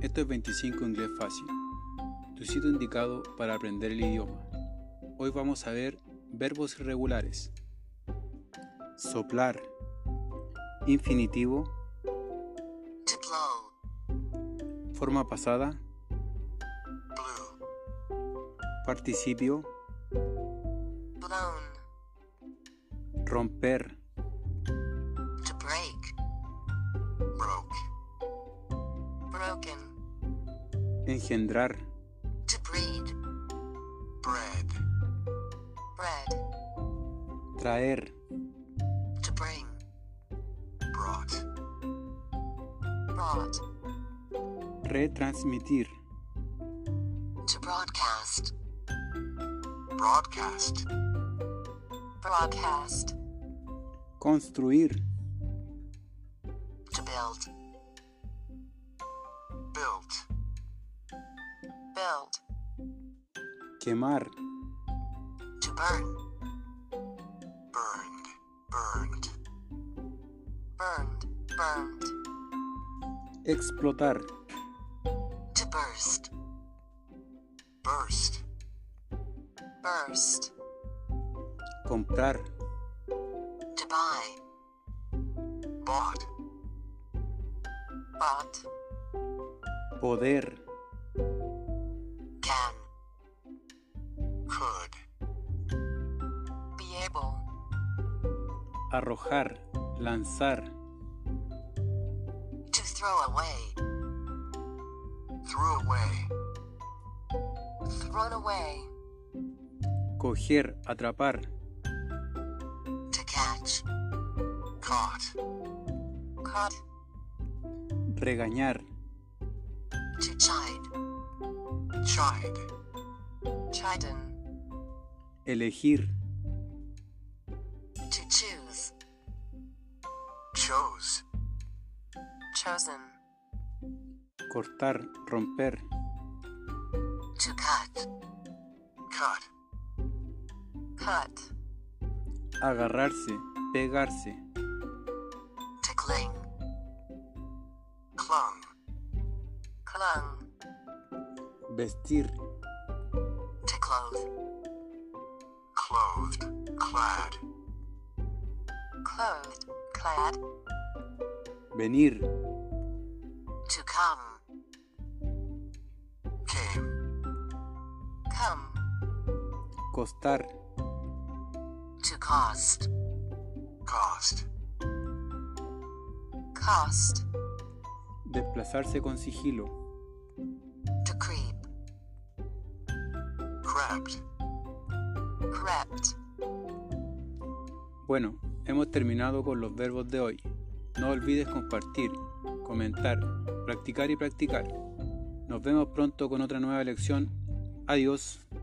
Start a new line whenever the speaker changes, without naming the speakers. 225 Inglés Fácil, tu sitio indicado para aprender el idioma. Hoy vamos a ver verbos irregulares. Soplar, infinitivo,
to blow,
forma pasada,
blew,
participio,
blown,
romper,
to break, broke, broken,
engendrar,
to breed, bread, bread,
traer,
to bring, brought, brought,
retransmitir,
to broadcast, broadcast, broadcast,
construir,
to build, built, build.
quemar,
To burn. Burned. Burned. Burned. Burned.
explotar,
To burst. Burst. Burst.
comprar,
To buy. Bought. Bought.
poder,
Can. Could. Be able.
arrojar, lanzar,
To throw away. Threw away. Thrown away.
coger, atrapar,
To catch. Caught. Caught.
regañar,
To chide. Chide. Chiden.
elegir,
To choose. Chose. Chosen.
cortar, romper,
To cut. Cut. Cut.
agarrarse, pegarse,
To cling. Clung. Clung.
vestir,
To clothe. Clothed. Clad. Clothed. Clad.
venir,
To come. Came. Come.
costar,
To cost. Cost. Cost.
desplazarse con sigilo,
To creep. Crept. Crept.
Bueno, hemos terminado con los verbos de hoy. No olvides compartir, comentar, practicar y practicar. Nos vemos pronto con otra nueva lección. Adiós.